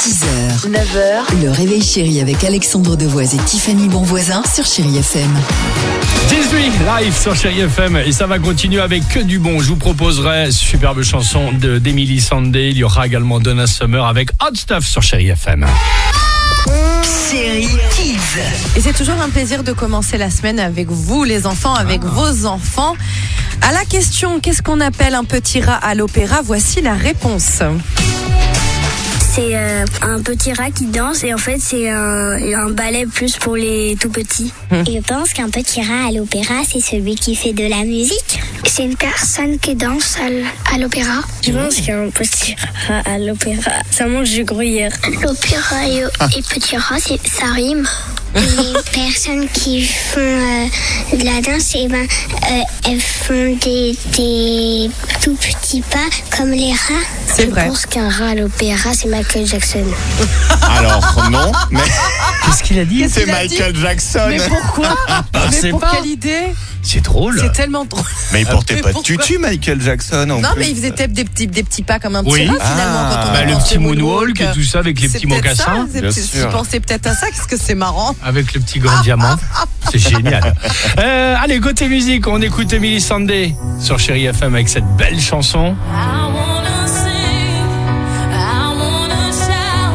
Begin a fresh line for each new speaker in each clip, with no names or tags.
6h, 9h, le réveil chéri avec Alexandre Devoise et Tiffany Bonvoisin sur Chéri FM.
18 live sur Chéri FM et ça va continuer avec que du bon. Je vous proposerai superbe chanson de d'Emily Sandé. Il y aura également Donna Summer avec Hot Stuff sur Chéri FM.
Chéri Kids.
Et c'est toujours un plaisir de commencer la semaine avec vous, les enfants, avec vos enfants. À la question, qu'est-ce qu'on appelle un petit rat à l'opéra Voici la réponse.
C'est euh, un petit rat qui danse et en fait c'est un, un ballet plus pour les tout petits.
Je pense qu'un petit rat à l'opéra, c'est celui qui fait de la musique.
C'est une personne qui danse à l'opéra. Je pense qu'un petit rat à l'opéra, ça mange du gruyère. Ah. L'opéra et, et petit rat, c'est- ça rime.
Les personnes qui font euh, de la danse, eh ben, euh, elles font des, des tout petits pas comme les rats.
C'est vrai.
Je pense qu'un rat à l'opéra, c'est Michael Jackson.
Alors non, mais
Qu'est-ce qu'il a dit
Qu'est-ce
c'est
qu'il a
Michael Jackson.
Mais pourquoi Mais
c'est
pour
pas.
quelle idée
C'est drôle.
C'est tellement drôle.
Mais il portait
Mais
pas de
pourquoi
tutu Michael Jackson.
Non,
En plus.
mais il faisait peut-être des petits, des petits pas comme un petit
Oui.
rat finalement
Ah.
quand on
Bah, le
entend
petit
ce
moonwalk et tout ça avec les
C'est
petits
peut-être
mocassins.
ça, c'est
Bien
peut-
sûr.
Tu pensais peut-être à ça, qu'est-ce que c'est marrant
Avec le petit grand diamant. C'est génial. Euh, allez, côté musique, on écoute Emily Sandé sur Chéri FM avec cette belle chanson.
I wanna sing, I wanna shout,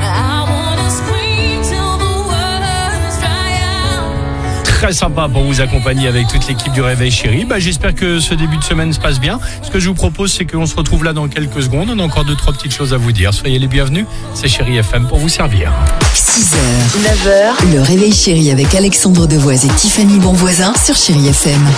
I wanna scream till the words dry out.
Très sympa pour vous accompagner avec toute l'équipe du Réveil Chéri. Bah, J'espère que ce début de semaine se passe bien. Ce que je vous propose, c'est qu'on se retrouve là dans quelques secondes. On a encore deux, trois petites choses à vous dire. Soyez les bienvenus. C'est Chéri FM pour vous servir.
6h, 9h, le réveil chéri avec Alexandre Devoise et Tiffany Bonvoisin sur Chéri FM.